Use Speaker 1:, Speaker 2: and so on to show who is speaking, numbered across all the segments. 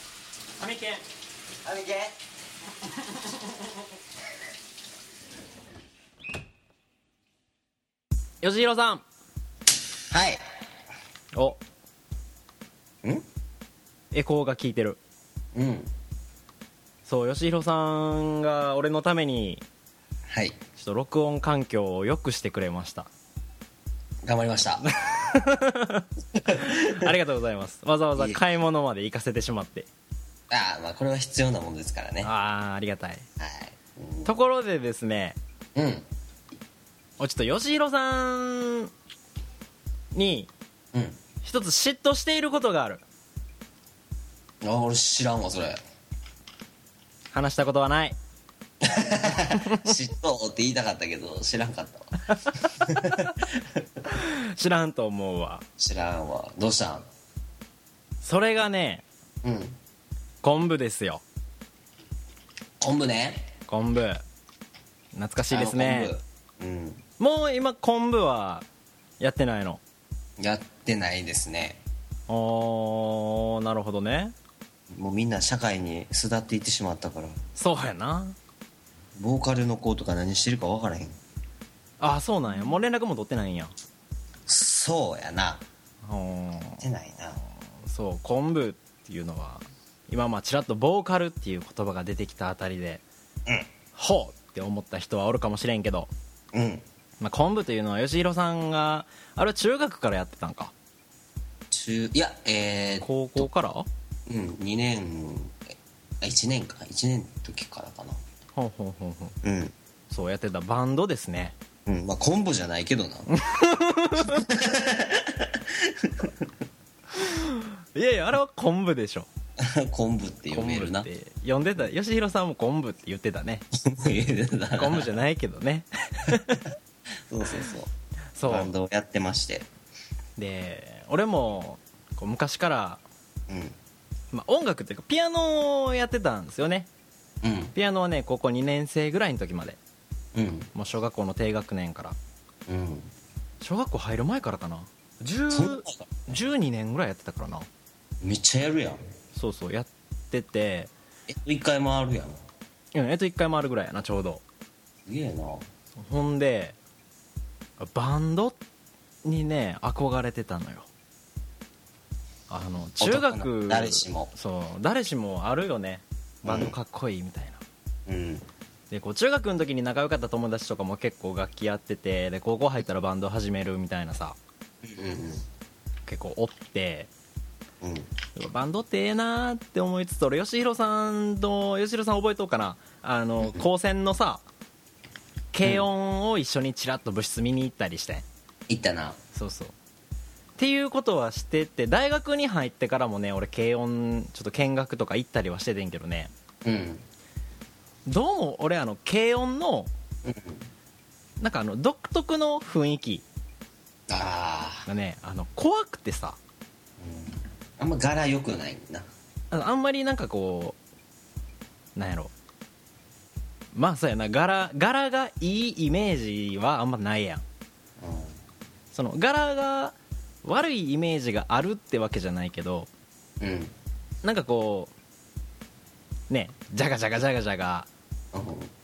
Speaker 1: けん
Speaker 2: あみけ
Speaker 1: 吉弘さん
Speaker 2: はい
Speaker 1: お
Speaker 2: ん
Speaker 1: エコーが効いてる
Speaker 2: うん
Speaker 1: そう吉弘さんが俺のために
Speaker 2: はい
Speaker 1: ちょっと録音環境を良くしてくれました
Speaker 2: 頑張りました
Speaker 1: ありがとうございますわざわざ買い物まで行かせてしまって
Speaker 2: ああまあこれは必要なものですからねは
Speaker 1: ああありがたい
Speaker 2: い
Speaker 1: ところでですね
Speaker 2: うんうん
Speaker 1: おちょっと吉弘さんに
Speaker 2: うん
Speaker 1: 一つ嫉妬していることがある
Speaker 2: あ俺知らんわ それ
Speaker 1: 話したことはない
Speaker 2: 嫉妬って言いたかったけど知らんかったわ
Speaker 1: 知らんと思うわ
Speaker 2: 知らんわどうしたん
Speaker 1: それがね
Speaker 2: うん
Speaker 1: 昆布ですよ
Speaker 2: 昆布ね
Speaker 1: 昆布懐かしいですね
Speaker 2: あの昆布
Speaker 1: もう今昆布はやってないの
Speaker 2: うんやってないですね
Speaker 1: おーなるほどね
Speaker 2: もうみんな社会に巣立っていってしまったから
Speaker 1: そうやな
Speaker 2: ボーカルの子とか何してるか分からへん
Speaker 1: ああそうなんやもう連絡も取ってないんや
Speaker 2: そうやな
Speaker 1: おー
Speaker 2: やってないな
Speaker 1: そう昆布っていうのは今まあちらっとボーカルっていう言葉が出てきたあたりで、
Speaker 2: うん
Speaker 1: ほうって思った人はおるかもしれんけど、
Speaker 2: うん
Speaker 1: まあ、昆布というのは吉弘さんがあれは中学からやってたんか
Speaker 2: 中いやえー、
Speaker 1: 高校からほ
Speaker 2: うん2年あ1年か1年の時からかな
Speaker 1: うほうほうほう
Speaker 2: うん
Speaker 1: そうやってたバンドですね
Speaker 2: うんまあコンボじゃないけど な
Speaker 1: いやいやあれは昆布でしょ
Speaker 2: 昆布って読
Speaker 1: 昆
Speaker 2: め
Speaker 1: 布
Speaker 2: るな
Speaker 1: って呼んでた吉弘さんも昆布って言ってたね 昆布じゃないけどね
Speaker 2: そうそうそう
Speaker 1: そ
Speaker 2: バン
Speaker 1: う
Speaker 2: ドをやってまして
Speaker 1: で俺もこう昔から、
Speaker 2: うん
Speaker 1: まあ、音楽っていうかピアノをやってたんですよね
Speaker 2: うん
Speaker 1: ピアノはね高校2年生ぐらいの時まで
Speaker 2: うん
Speaker 1: もう小学校の低学年から
Speaker 2: うん
Speaker 1: 小学校入る前からかな
Speaker 2: そんな
Speaker 1: 10 12年ぐらいやってたからな
Speaker 2: めっちゃやるやん
Speaker 1: そうそうやってて
Speaker 2: えっと1回回るやん
Speaker 1: うんえっと1回回るぐらいやなちょうど
Speaker 2: すげえな
Speaker 1: ほんでバンドにね憧れてたのよあの中
Speaker 2: 男の
Speaker 1: 学
Speaker 2: 誰しも
Speaker 1: そう誰しもあるよねバンドかっこいいみたいな、
Speaker 2: うん
Speaker 1: でこう中学の時に仲良かった友達とかも結構楽器やっててで高校入ったらバンド始めるみたいなさ
Speaker 2: うん
Speaker 1: 結構おって
Speaker 2: うんうん
Speaker 1: バンドってええなーって思いつつ俺吉弘さんと吉弘さん覚えとうかなあ の高専のさ軽音を一緒にちらっと部室見に行ったりしてん
Speaker 2: 行ったな
Speaker 1: そうそうっていうことはしてて大学に入ってからもね俺軽音ちょっと見学とか行ったりはしててんけどね
Speaker 2: うん
Speaker 1: どうも俺あの軽音のなんかあの独特の雰囲気
Speaker 2: ああ
Speaker 1: がねあの怖くてさ
Speaker 2: あんま柄良くないな
Speaker 1: あのあんまりなんかこうなんやろまあそうやな柄柄がいいイメージはあんまないやんその柄が悪いイメージがあるってわけじゃないけど
Speaker 2: うんうん
Speaker 1: なんかこうねジャガジャガジャガジャガ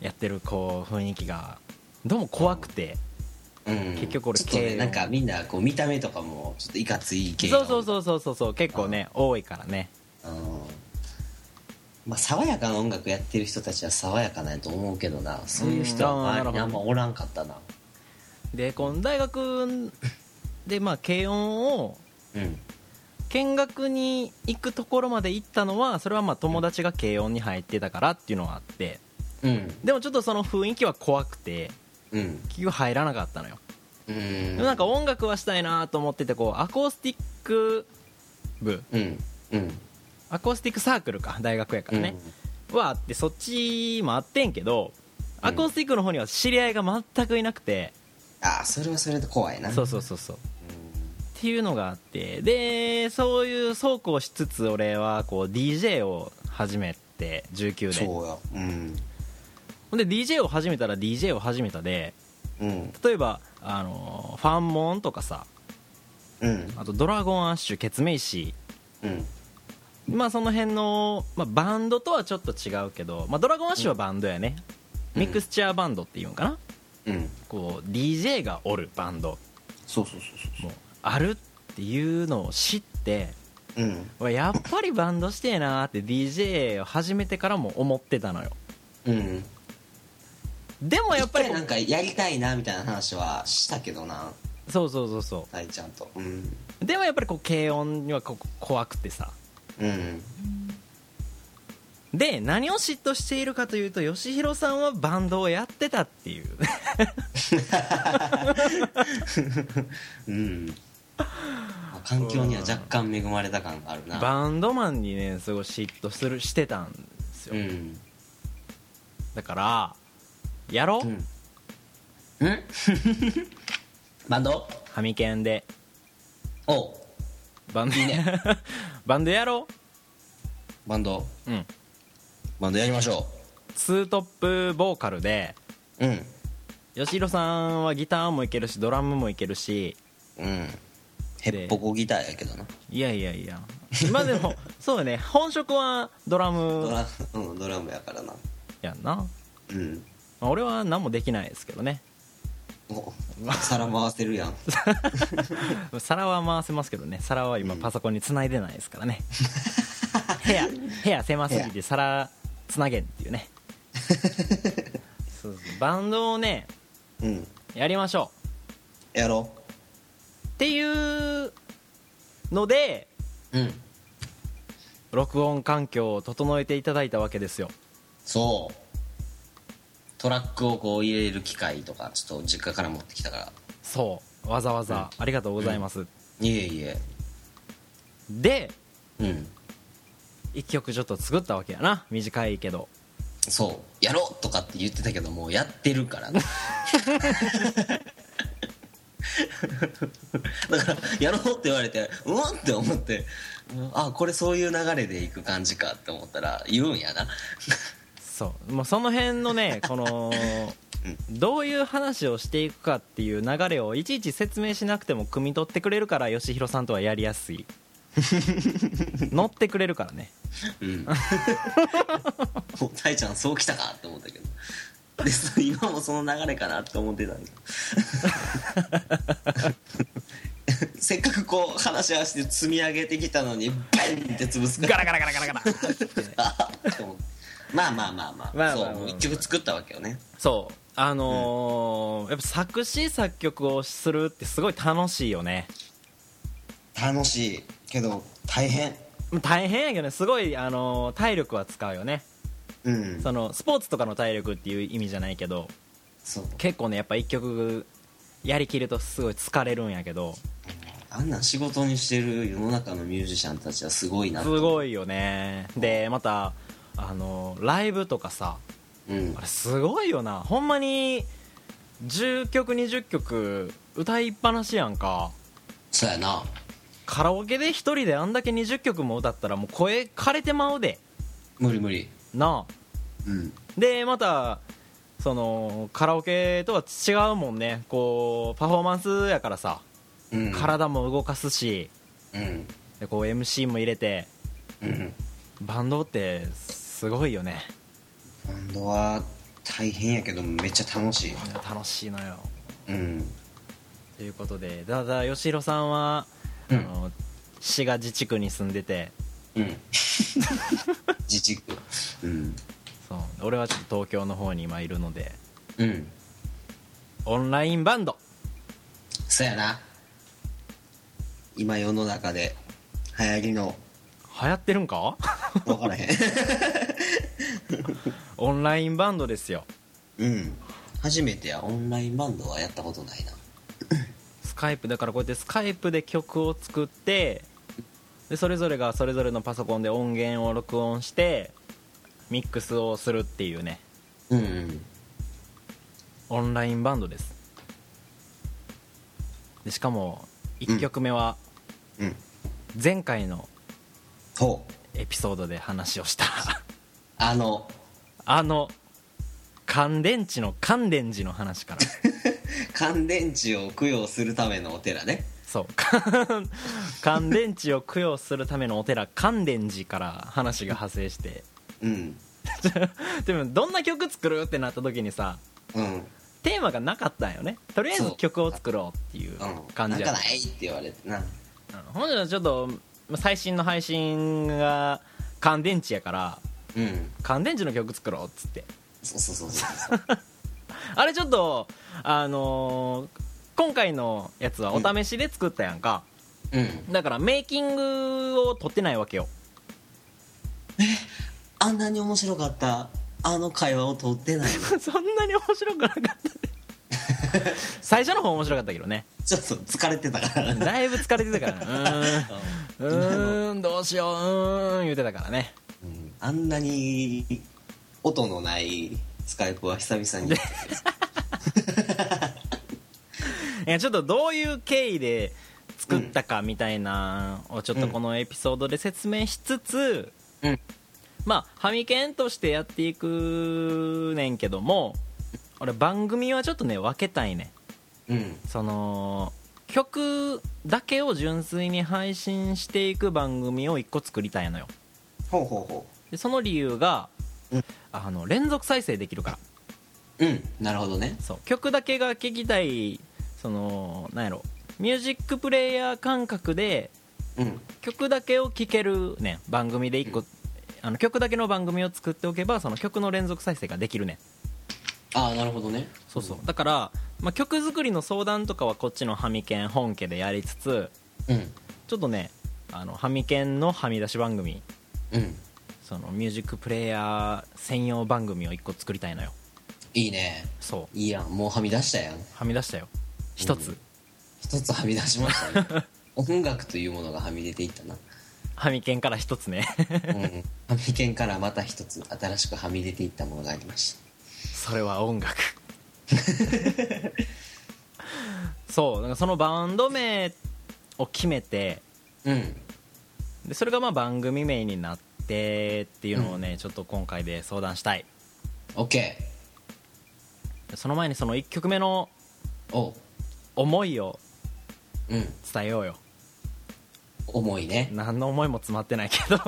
Speaker 1: やってるこう雰囲気がどうも怖くて、
Speaker 2: うん
Speaker 1: 結局俺
Speaker 2: ちょっとね
Speaker 1: 軽
Speaker 2: なんかみんなこう見た目とかもちょっといかつい系
Speaker 1: そうそう
Speaker 2: う、
Speaker 1: そうそうそうそう結構ね多いからね
Speaker 2: うんまあ、爽やかな音楽やってる人たちは爽やかなんやと思うけどなそういう人
Speaker 1: うんあー
Speaker 2: は
Speaker 1: なる
Speaker 2: 周
Speaker 1: ほ
Speaker 2: り
Speaker 1: ど
Speaker 2: にあんまおらんかったな
Speaker 1: でこの大学でまあ軽音を
Speaker 2: うん
Speaker 1: 見学に行くところまで行ったのはそれはまあ友達が軽音に入ってたからっていうのはあって
Speaker 2: うん
Speaker 1: でもちょっとその雰囲気は怖くて
Speaker 2: うん
Speaker 1: 結局入らなかったのよ
Speaker 2: うん
Speaker 1: でもなんか音楽はしたいなと思っててこうアコースティック部
Speaker 2: うんうん
Speaker 1: アコースティックサークルか大学やからね、はあってそっちもあってんけどアコースティックの方には知り合いが全くいなくて、
Speaker 2: ああそれはそれで怖いな
Speaker 1: そうそうそうそうっていうのがあってでそういうそうこうしつつ俺はこう DJ を始めて19
Speaker 2: うん
Speaker 1: で
Speaker 2: そうやうん
Speaker 1: ほんで DJ を始めたら DJ を始めたで
Speaker 2: うん
Speaker 1: 例えばあのーファンモンとかさ
Speaker 2: うん
Speaker 1: あとドラゴンアッシュケツメイシ
Speaker 2: うん
Speaker 1: まあその辺の、まあ、バンドとはちょっと違うけど、まあ、ドラゴンアッシュはバンドやね、
Speaker 2: うん
Speaker 1: ミクスチャーバンドっていうんかな
Speaker 2: うん
Speaker 1: こう DJ がおるバンド
Speaker 2: そうそうそうそ
Speaker 1: もあるっていうのを知って
Speaker 2: ううん
Speaker 1: うわやっぱりバンドしてえなーって DJ を始めてからも思ってたのよ
Speaker 2: うん
Speaker 1: でもや
Speaker 2: や
Speaker 1: っ
Speaker 2: っ
Speaker 1: ぱ
Speaker 2: ぱ
Speaker 1: り
Speaker 2: りなんかやりたいなみたいな話はしたけどな
Speaker 1: そうそうそうそ
Speaker 2: 大ちゃんとうん
Speaker 1: うでもやっぱりこう軽音にはこう怖くてさ
Speaker 2: うん
Speaker 1: で何を嫉妬しているかというとよしひろさんはバンドをやってたっていう
Speaker 2: うんまあ環境には若干恵まれた感があるな
Speaker 1: バンドマンにねすごい嫉妬するしてたんですよ、
Speaker 2: うん
Speaker 1: だからやろう、
Speaker 2: うんうん バンド
Speaker 1: ハミケンで
Speaker 2: おう
Speaker 1: バンド バンドやろ
Speaker 2: バンド
Speaker 1: う、うん、
Speaker 2: バンドやりましょ
Speaker 1: ツートップボーカルで
Speaker 2: ううん
Speaker 1: よしひろさんはギターもいけるしドラムもいけるし
Speaker 2: うんへっぽこギターやけどない
Speaker 1: やいやいやまあでもそう ね本職はドラ
Speaker 2: ド
Speaker 1: ム
Speaker 2: ラ,、うん、ドラムやからな
Speaker 1: やんな、ま
Speaker 2: うん
Speaker 1: あ俺は何もできないですけどね
Speaker 2: お皿回せる やん
Speaker 1: 皿は回せますけどね皿は今パソコンに繋いでないですからね、部 屋部屋狭すぎて皿つなげんっていうね そうそうバンドをね
Speaker 2: うん
Speaker 1: やりましょ
Speaker 2: やろ
Speaker 1: うっていうので
Speaker 2: ううん
Speaker 1: 録音環境を整えていただいたわけですよ
Speaker 2: そうトラックをこう入れる機械とかちょっと実家から持ってきたから
Speaker 1: そうわざわざありがとうございます、
Speaker 2: いえいえ
Speaker 1: で
Speaker 2: うん
Speaker 1: 1曲ちょっと作ったわけやな短いけど
Speaker 2: そうやろうとかって言ってたけどもうやってるからだからやろうって言われてうんって思ってあこれそういう流れでいく感じかって思ったら言うんやな
Speaker 1: そうもうその辺の ねこのどういう話をしていくかっていう流れをいちいち説明しなくても汲み取ってくれるからよしひろさんとはやりやす い乗ってくれるからね
Speaker 2: うんおたいちゃんそうきたかって思ったけどでそ今もその流れかなって思ってたんだけどせっかくこう話し合わせて積み上げてきたのにバンって潰すから
Speaker 1: ガラガラガラガラガラ
Speaker 2: あでもまあまあまあまあ、
Speaker 1: まあまあ
Speaker 2: そ
Speaker 1: まあ
Speaker 2: うもう一曲作ったわけよね
Speaker 1: そうあのーやっぱ作詞作曲をするってすごい楽しいよね
Speaker 2: 楽しいけど大変
Speaker 1: 大変やけどねすごい、あのー体力は使うよね
Speaker 2: うん
Speaker 1: そのスポーツとかの体力っていう意味じゃないけど
Speaker 2: そう
Speaker 1: 結構ねやっぱ一曲やりきるとすごい疲れるんやけど
Speaker 2: あんなん仕事にしてる世の中のミュージシャンたちはすごいな
Speaker 1: すごいよねでまたあのライブとかさ
Speaker 2: うん
Speaker 1: あれすごいよなほんまに10曲20曲歌いっぱなしやんか
Speaker 2: そうやな
Speaker 1: カラオケで一人であんだけ20曲も歌ったらもう声枯れてまうで
Speaker 2: 無理無理
Speaker 1: なあ
Speaker 2: うん
Speaker 1: でまたそのカラオケとは違うもんねこうパフォーマンスやからさ
Speaker 2: うん
Speaker 1: 体も動かすし
Speaker 2: うん
Speaker 1: でこう MC も入れて
Speaker 2: うん
Speaker 1: バンドってすごいよね
Speaker 2: バンドは大変やけどめっちゃ楽しい
Speaker 1: 楽しいのよ
Speaker 2: うん
Speaker 1: ということでただよしひろさんは、あ
Speaker 2: うん
Speaker 1: の滋賀自治区に住んでて
Speaker 2: うん 自治区うん
Speaker 1: そう俺はちょっと東京の方に今いるので
Speaker 2: うん
Speaker 1: オンラインバンド
Speaker 2: そうやな今世の中で流行りの
Speaker 1: 流行ってるん か
Speaker 2: 分からへん
Speaker 1: オンラインバンドですよ
Speaker 2: うん初めてやオンラインバンドはやったことないな
Speaker 1: スカイプだからこうやってスカイプで曲を作ってでそれぞれがそれぞれのパソコンで音源を録音してミックスをするっていうね
Speaker 2: うん、うん、
Speaker 1: オンラインバンドですでしかも1曲目は
Speaker 2: うん
Speaker 1: 前回の
Speaker 2: ほう
Speaker 1: エピソードで話をした
Speaker 2: あの
Speaker 1: あの乾電 池の乾電池の話から
Speaker 2: 乾電池を供養するためのお寺ね
Speaker 1: そう 乾乾電池を供養するためのお寺乾電寺から話が派生して
Speaker 2: うん
Speaker 1: でもどんな曲作るってなった時にさ
Speaker 2: うんうん
Speaker 1: テーマがなかったんよねとりあえず曲を作ろうっていう感じ
Speaker 2: なん
Speaker 1: や
Speaker 2: か
Speaker 1: った
Speaker 2: ないって言われてな
Speaker 1: うんほんじゃちょっとまあ最新の配信が乾電池やから
Speaker 2: うん
Speaker 1: 乾電池の曲作ろうっつって
Speaker 2: そうそうそうそう
Speaker 1: あれちょっとあのー今回のやつはお試しで作ったやんか、
Speaker 2: うん
Speaker 1: だからメイキングを撮ってないわけよ
Speaker 2: あんなに面白かったあの会話を通ってないの
Speaker 1: そんなに面白くなかったで最初の方面白かったけどね
Speaker 2: ちょっと疲れてたからね
Speaker 1: だいぶ疲れてたから うーんうーんどうしよううーん言うてたからね
Speaker 2: うんあんなに音のないスカイプは久々に
Speaker 1: いやちょっとどういう経緯で作ったかみたいなのをちょっとこのエピソードで説明しつつ、
Speaker 2: うん
Speaker 1: まあハミケンとしてやっていくねんけども俺番組はちょっとね分けたいね
Speaker 2: うん
Speaker 1: その曲だけを純粋に配信していく番組を1個作りたいのよ
Speaker 2: ほうほうほ
Speaker 1: でその理由が、
Speaker 2: うん
Speaker 1: あの連続再生できるから
Speaker 2: ううんなるほどね
Speaker 1: そう曲だけが聴きたいそのなんやろミュージックプレイヤー感覚で
Speaker 2: うん
Speaker 1: 曲だけを聴けるねん番組で1個、あの曲だけの番組を作っておけばその曲の連続再生ができるねん
Speaker 2: ああなるほどね
Speaker 1: そうそうだから、まあ、曲作りの相談とかはこっちのハミケン本家でやりつつ
Speaker 2: うん
Speaker 1: ちょっとねあのハミケンのはみ出し番組
Speaker 2: うん
Speaker 1: そのミュージックプレイヤー専用番組を1個作りたいのよ
Speaker 2: いいね
Speaker 1: そう
Speaker 2: いいやんもうはみ出したやん
Speaker 1: はみ出したよ一つ、
Speaker 2: 一つはみ出しました ね音楽というものがはみ出ていったな、
Speaker 1: ハミケンから一つね
Speaker 2: うん、はみけんからまた一つ新しくはみ出ていったものがありました
Speaker 1: それは音楽そうなんかそのバンド名を決めて
Speaker 2: うん
Speaker 1: でそれがまあ番組名になってっていうのをね、ちょっと今回で相談したい
Speaker 2: OK
Speaker 1: その前にその1曲目の
Speaker 2: おう
Speaker 1: 思いを
Speaker 2: うん
Speaker 1: 伝えようよ
Speaker 2: 重 いね
Speaker 1: 何の思いも詰まってないけど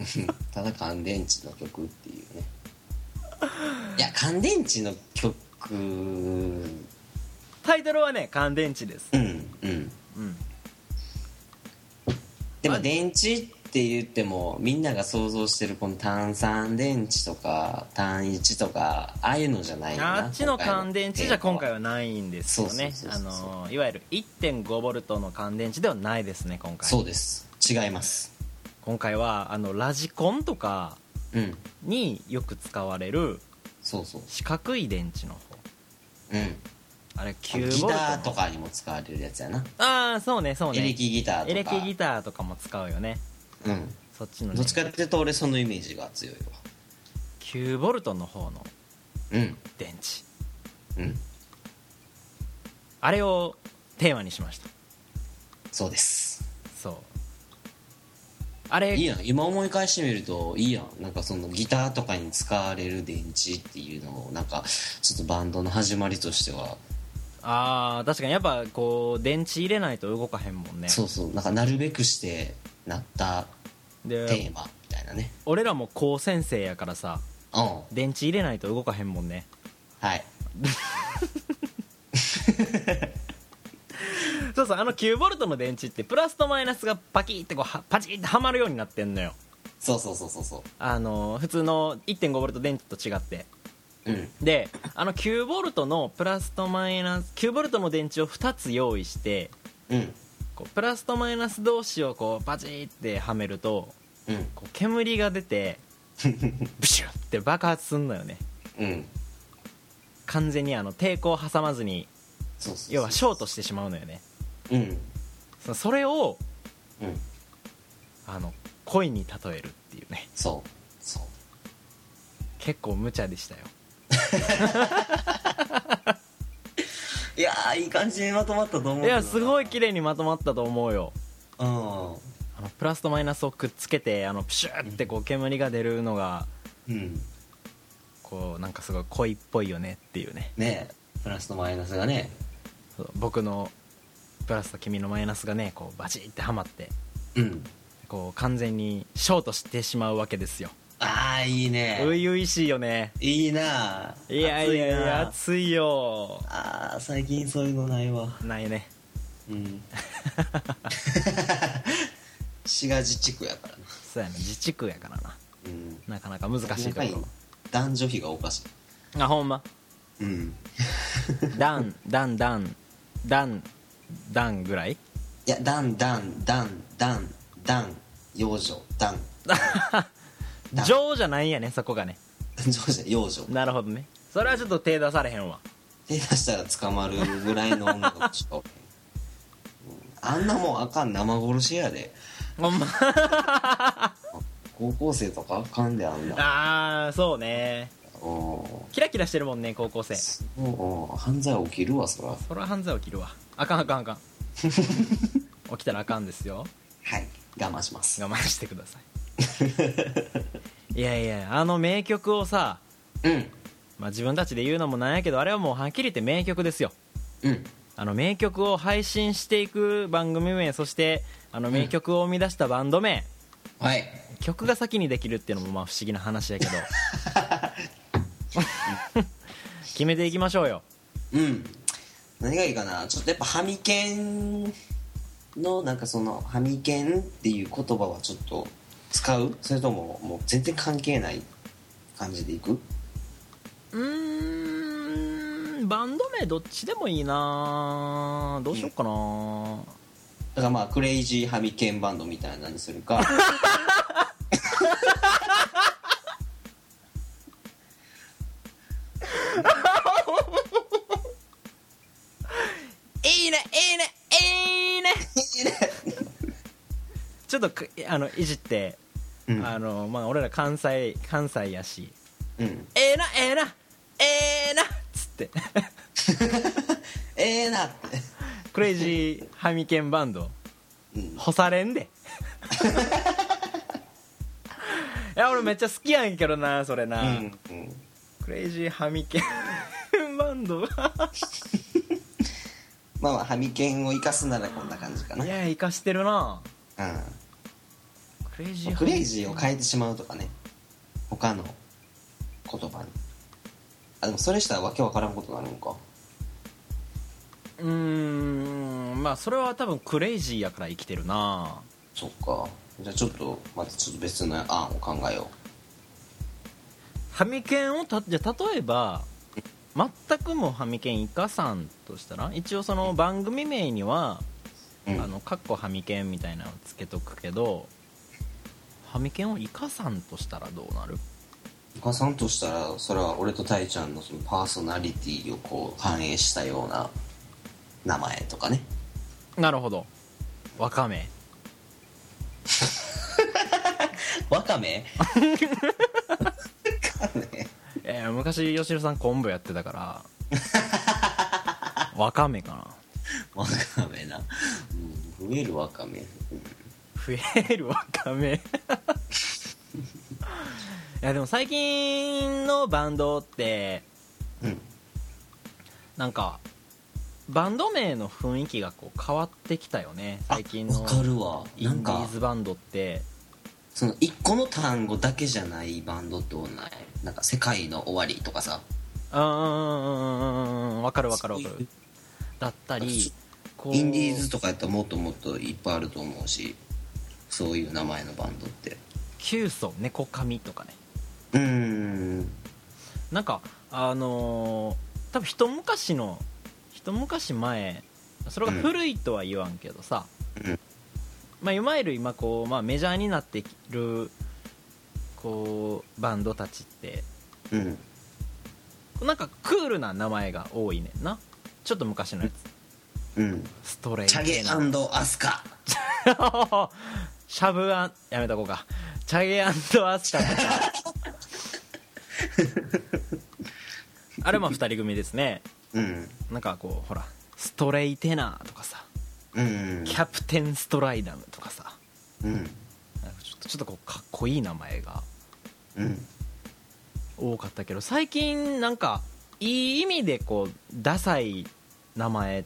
Speaker 2: ただ乾電池の曲っていうねいや乾電池の曲うん
Speaker 1: タイトルはね「乾電池」です
Speaker 2: うん
Speaker 1: うん
Speaker 2: でも
Speaker 1: あ
Speaker 2: 電池って言ってもみんなが想像してるこの単三電池とか単一とかああいうのじゃないよな
Speaker 1: あっちの乾電池じゃ今回はないんですよね
Speaker 2: そう
Speaker 1: あ
Speaker 2: そうそうそう
Speaker 1: のいわゆる1.5ボルトの乾電池ではないですね今回
Speaker 2: そうです違います
Speaker 1: 今回はあのラジコンとか
Speaker 2: うん
Speaker 1: によく使われる
Speaker 2: そうそう
Speaker 1: 四角い電池の方
Speaker 2: うん
Speaker 1: あれ9
Speaker 2: ギ
Speaker 1: ボ
Speaker 2: タ
Speaker 1: ルト
Speaker 2: ーとかにも使われるやつやな
Speaker 1: ああそうねそうね
Speaker 2: エレキギターとか
Speaker 1: エレキギターとかも使うよね
Speaker 2: うん
Speaker 1: そっちの、ね、
Speaker 2: どっちかっていうと俺そのイメージが強いわ
Speaker 1: 9ボルトの方の
Speaker 2: うん
Speaker 1: 電池
Speaker 2: うん
Speaker 1: あれをテーマにしました
Speaker 2: そうです
Speaker 1: そうあれ
Speaker 2: いいやん今思い返してみるといいやんなんかそのギターとかに使われる電池っていうのをなんかちょっとバンドの始まりとしては
Speaker 1: あー確かにやっぱこう電池入れないと動かへんもんね
Speaker 2: そうそうなんかなるべくしてなったテ
Speaker 1: で
Speaker 2: ーマみたいなね
Speaker 1: 俺らも高先生やからさ
Speaker 2: うん
Speaker 1: 電池入れないと動かへんもんね
Speaker 2: はい
Speaker 1: そうそうあの9ボルトの電池ってプラスとマイナスがパキってこうはパチってはまるようになってんのよ
Speaker 2: そうそうそうそうそ
Speaker 1: あのー普通の1.5ボルト電池と違って
Speaker 2: ううん
Speaker 1: であの9ボルトのプラスとマイナス9ボルトの電池を2つ用意して
Speaker 2: うん
Speaker 1: こうプラスとマイナス同士をこうパチってはめると
Speaker 2: うん
Speaker 1: こう煙が出てブシュッて爆発すんのよね
Speaker 2: うん
Speaker 1: 完全にあの抵抗を挟まずに
Speaker 2: そうそうそう
Speaker 1: 要はショートしてしまうのよね
Speaker 2: うん
Speaker 1: そそれを
Speaker 2: うん
Speaker 1: あの恋に例えるっていうね
Speaker 2: そうそう
Speaker 1: 結構無茶でしたよ
Speaker 2: いやーいい感じにまとまったと思うけ
Speaker 1: い
Speaker 2: ど
Speaker 1: やすごい
Speaker 2: うん
Speaker 1: 綺麗にまとまったと思うよあのプラスとマイナスをくっつけてあのプシューってこう煙が出るのが
Speaker 2: うん
Speaker 1: こうなんかすごい恋っぽいよねっていうね
Speaker 2: ねえプラスとマイナスがね
Speaker 1: そう僕のプラスと君のマイナスがねこうバチってはまって
Speaker 2: うん
Speaker 1: こう完全にショートしてしまうわけですよ
Speaker 2: ああいいね
Speaker 1: 初々しいよね
Speaker 2: いいなあ
Speaker 1: いやいやいや熱
Speaker 2: 暑い
Speaker 1: いよ
Speaker 2: なああー最近そういうのないわ
Speaker 1: ないね
Speaker 2: うん 滋賀自治区やからな
Speaker 1: そうやね自治区やからな
Speaker 2: うん
Speaker 1: なかなか難しいと
Speaker 2: 仲いい
Speaker 1: こ
Speaker 2: 男女比がおかし
Speaker 1: ろあほ んま
Speaker 2: いうん
Speaker 1: ダンダンダンダンダンぐらい
Speaker 2: いやダンダンダンダンダン幼女ダンン
Speaker 1: 情じゃないんやねそこがね
Speaker 2: 女じゃ幼女
Speaker 1: なるほどねそれはちょっと手出されへんわ
Speaker 2: 手出したら捕まるぐらいの女の子しかおらへんうんあんなもんあかん生殺しやで
Speaker 1: ほんま
Speaker 2: 高校生とかあかんであんな
Speaker 1: ああそうね
Speaker 2: お
Speaker 1: キラキラしてるもんね高校生そ
Speaker 2: お犯罪起きるわそらは
Speaker 1: れは犯罪起きるわあかんあかんあかん起きたらあかんですよ
Speaker 2: い我慢します
Speaker 1: 我慢してくださいいやいやあの名曲をさ、
Speaker 2: うん
Speaker 1: まあ、自分たちで言うのもなんやけどあれはもうはっきり言って名曲ですよ
Speaker 2: うん
Speaker 1: あの名曲を配信していく番組名そしてあの名曲を生み出したバンド名、
Speaker 2: はい
Speaker 1: 曲が先にできるっていうのもまあ不思議な話やけど 決めていきましょうよ
Speaker 2: うん何がいいかなちょっとやっぱハミケンのなんかそのハミケンっていう言葉はちょっと使うそれとももう全然関係ない感じでいく
Speaker 1: うーんバンド名どっちでもいいなどうしよっかな、
Speaker 2: だからまあクレイジーハミケンバンドみたいなのにする か
Speaker 1: いいねいいねいいねちょっとくあのいじって、
Speaker 2: うん
Speaker 1: あのまあ、俺ら関西関西やし
Speaker 2: うん
Speaker 1: 「ええなええなええな」っつって
Speaker 2: ええなって
Speaker 1: クレイジーハミケンバンド
Speaker 2: うん
Speaker 1: 干されんでいや俺めっちゃ好きやんけどなそれな、
Speaker 2: うんうん
Speaker 1: クレイジーハミケンバンド
Speaker 2: まあまあハミケンを生かすならこんな感じかない
Speaker 1: や生かしてるな
Speaker 2: う
Speaker 1: クレイジー
Speaker 2: ん
Speaker 1: ハ
Speaker 2: ク
Speaker 1: ミケ
Speaker 2: レイジーを変えてしまうとかね他の言葉にあでもそれしたらわけわからんことになるんか
Speaker 1: うーんまあそれは多分クレイジーやから生きてるな
Speaker 2: そっかじゃあちょっとまたちょっと別の案を考えよ
Speaker 1: ハミケンをたじゃあ例えば全くもうハミケン生かさんとしたら一応その番組名には
Speaker 2: う、うん、
Speaker 1: あのカッコハミケンみたいなのをつけとくけどハミケンをイカさんとしたらどうなる
Speaker 2: お母さんとしたらそれは俺とたいちゃんのそのパーソナリティをこう反映したような名前とかね
Speaker 1: なるほどわかめ
Speaker 2: わかめわかめ
Speaker 1: えー昔吉野さん昆布やってたから わかめかな
Speaker 2: わかめな、うん、増えるわかめ、うん
Speaker 1: 増えるわかめ いやでも最近のバンドって
Speaker 2: うん
Speaker 1: なんかバンド名の雰囲気がこう変わってきたよね
Speaker 2: あ
Speaker 1: 最近の
Speaker 2: わかるわ
Speaker 1: イ
Speaker 2: なん
Speaker 1: ンディ
Speaker 2: か
Speaker 1: ーズバンドって
Speaker 2: その一個の単語だけじゃないバンドってことないなんか世界の終わりとかさ
Speaker 1: うんうんうんうんうんうんわかるわかるわか
Speaker 2: そうい
Speaker 1: る
Speaker 2: う
Speaker 1: だったりこう
Speaker 2: インディーズとかやったらもっともっといっぱいあると思うしそういう名前のバンドって
Speaker 1: キュウソ猫髪とかね
Speaker 2: うーん
Speaker 1: なんかあのー多分一昔の一昔前それが古いとは言わんけどさ、
Speaker 2: うん
Speaker 1: まあ、いわゆる今こう、まあ、メジャーになってきるこうバンドたちって
Speaker 2: うん
Speaker 1: なんかクールな名前が多いねんなちょっと昔のや
Speaker 2: うん
Speaker 1: つストレイ
Speaker 2: チャゲ
Speaker 1: 系な
Speaker 2: アスカ
Speaker 1: シャブアンやめとこうかチャゲアスカとか あれも2人組ですね
Speaker 2: うん
Speaker 1: なんかこうほらストレイテナーとかさ
Speaker 2: うん
Speaker 1: キャプテンストライダムとかさ
Speaker 2: うん
Speaker 1: なんかちょっとちょっとこうかっこいい名前が
Speaker 2: うん
Speaker 1: 多かったけど最近なんかいい意味でこうダサい名前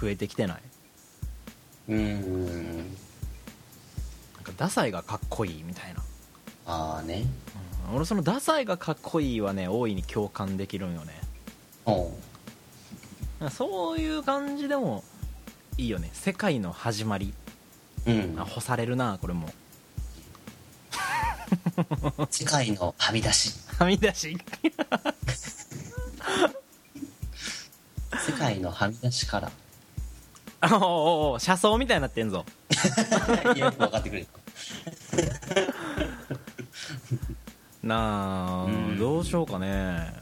Speaker 1: 増えてきてない
Speaker 2: うん
Speaker 1: なんかダサいがかっこいいみたいな、
Speaker 2: ああね
Speaker 1: うん俺そのダサいがかっこいいはね大いに共感できるんよね
Speaker 2: おう
Speaker 1: なんかそういう感じでもいいよね世界の始まり
Speaker 2: うん
Speaker 1: あ干されるなこれも
Speaker 2: 世界のはみ出し
Speaker 1: はみ出し
Speaker 2: 世界のはみ出しから
Speaker 1: おうおうおう車窓みたいになってんぞ
Speaker 2: よく分かってくれた
Speaker 1: なあ、
Speaker 2: うん
Speaker 1: どうしようかね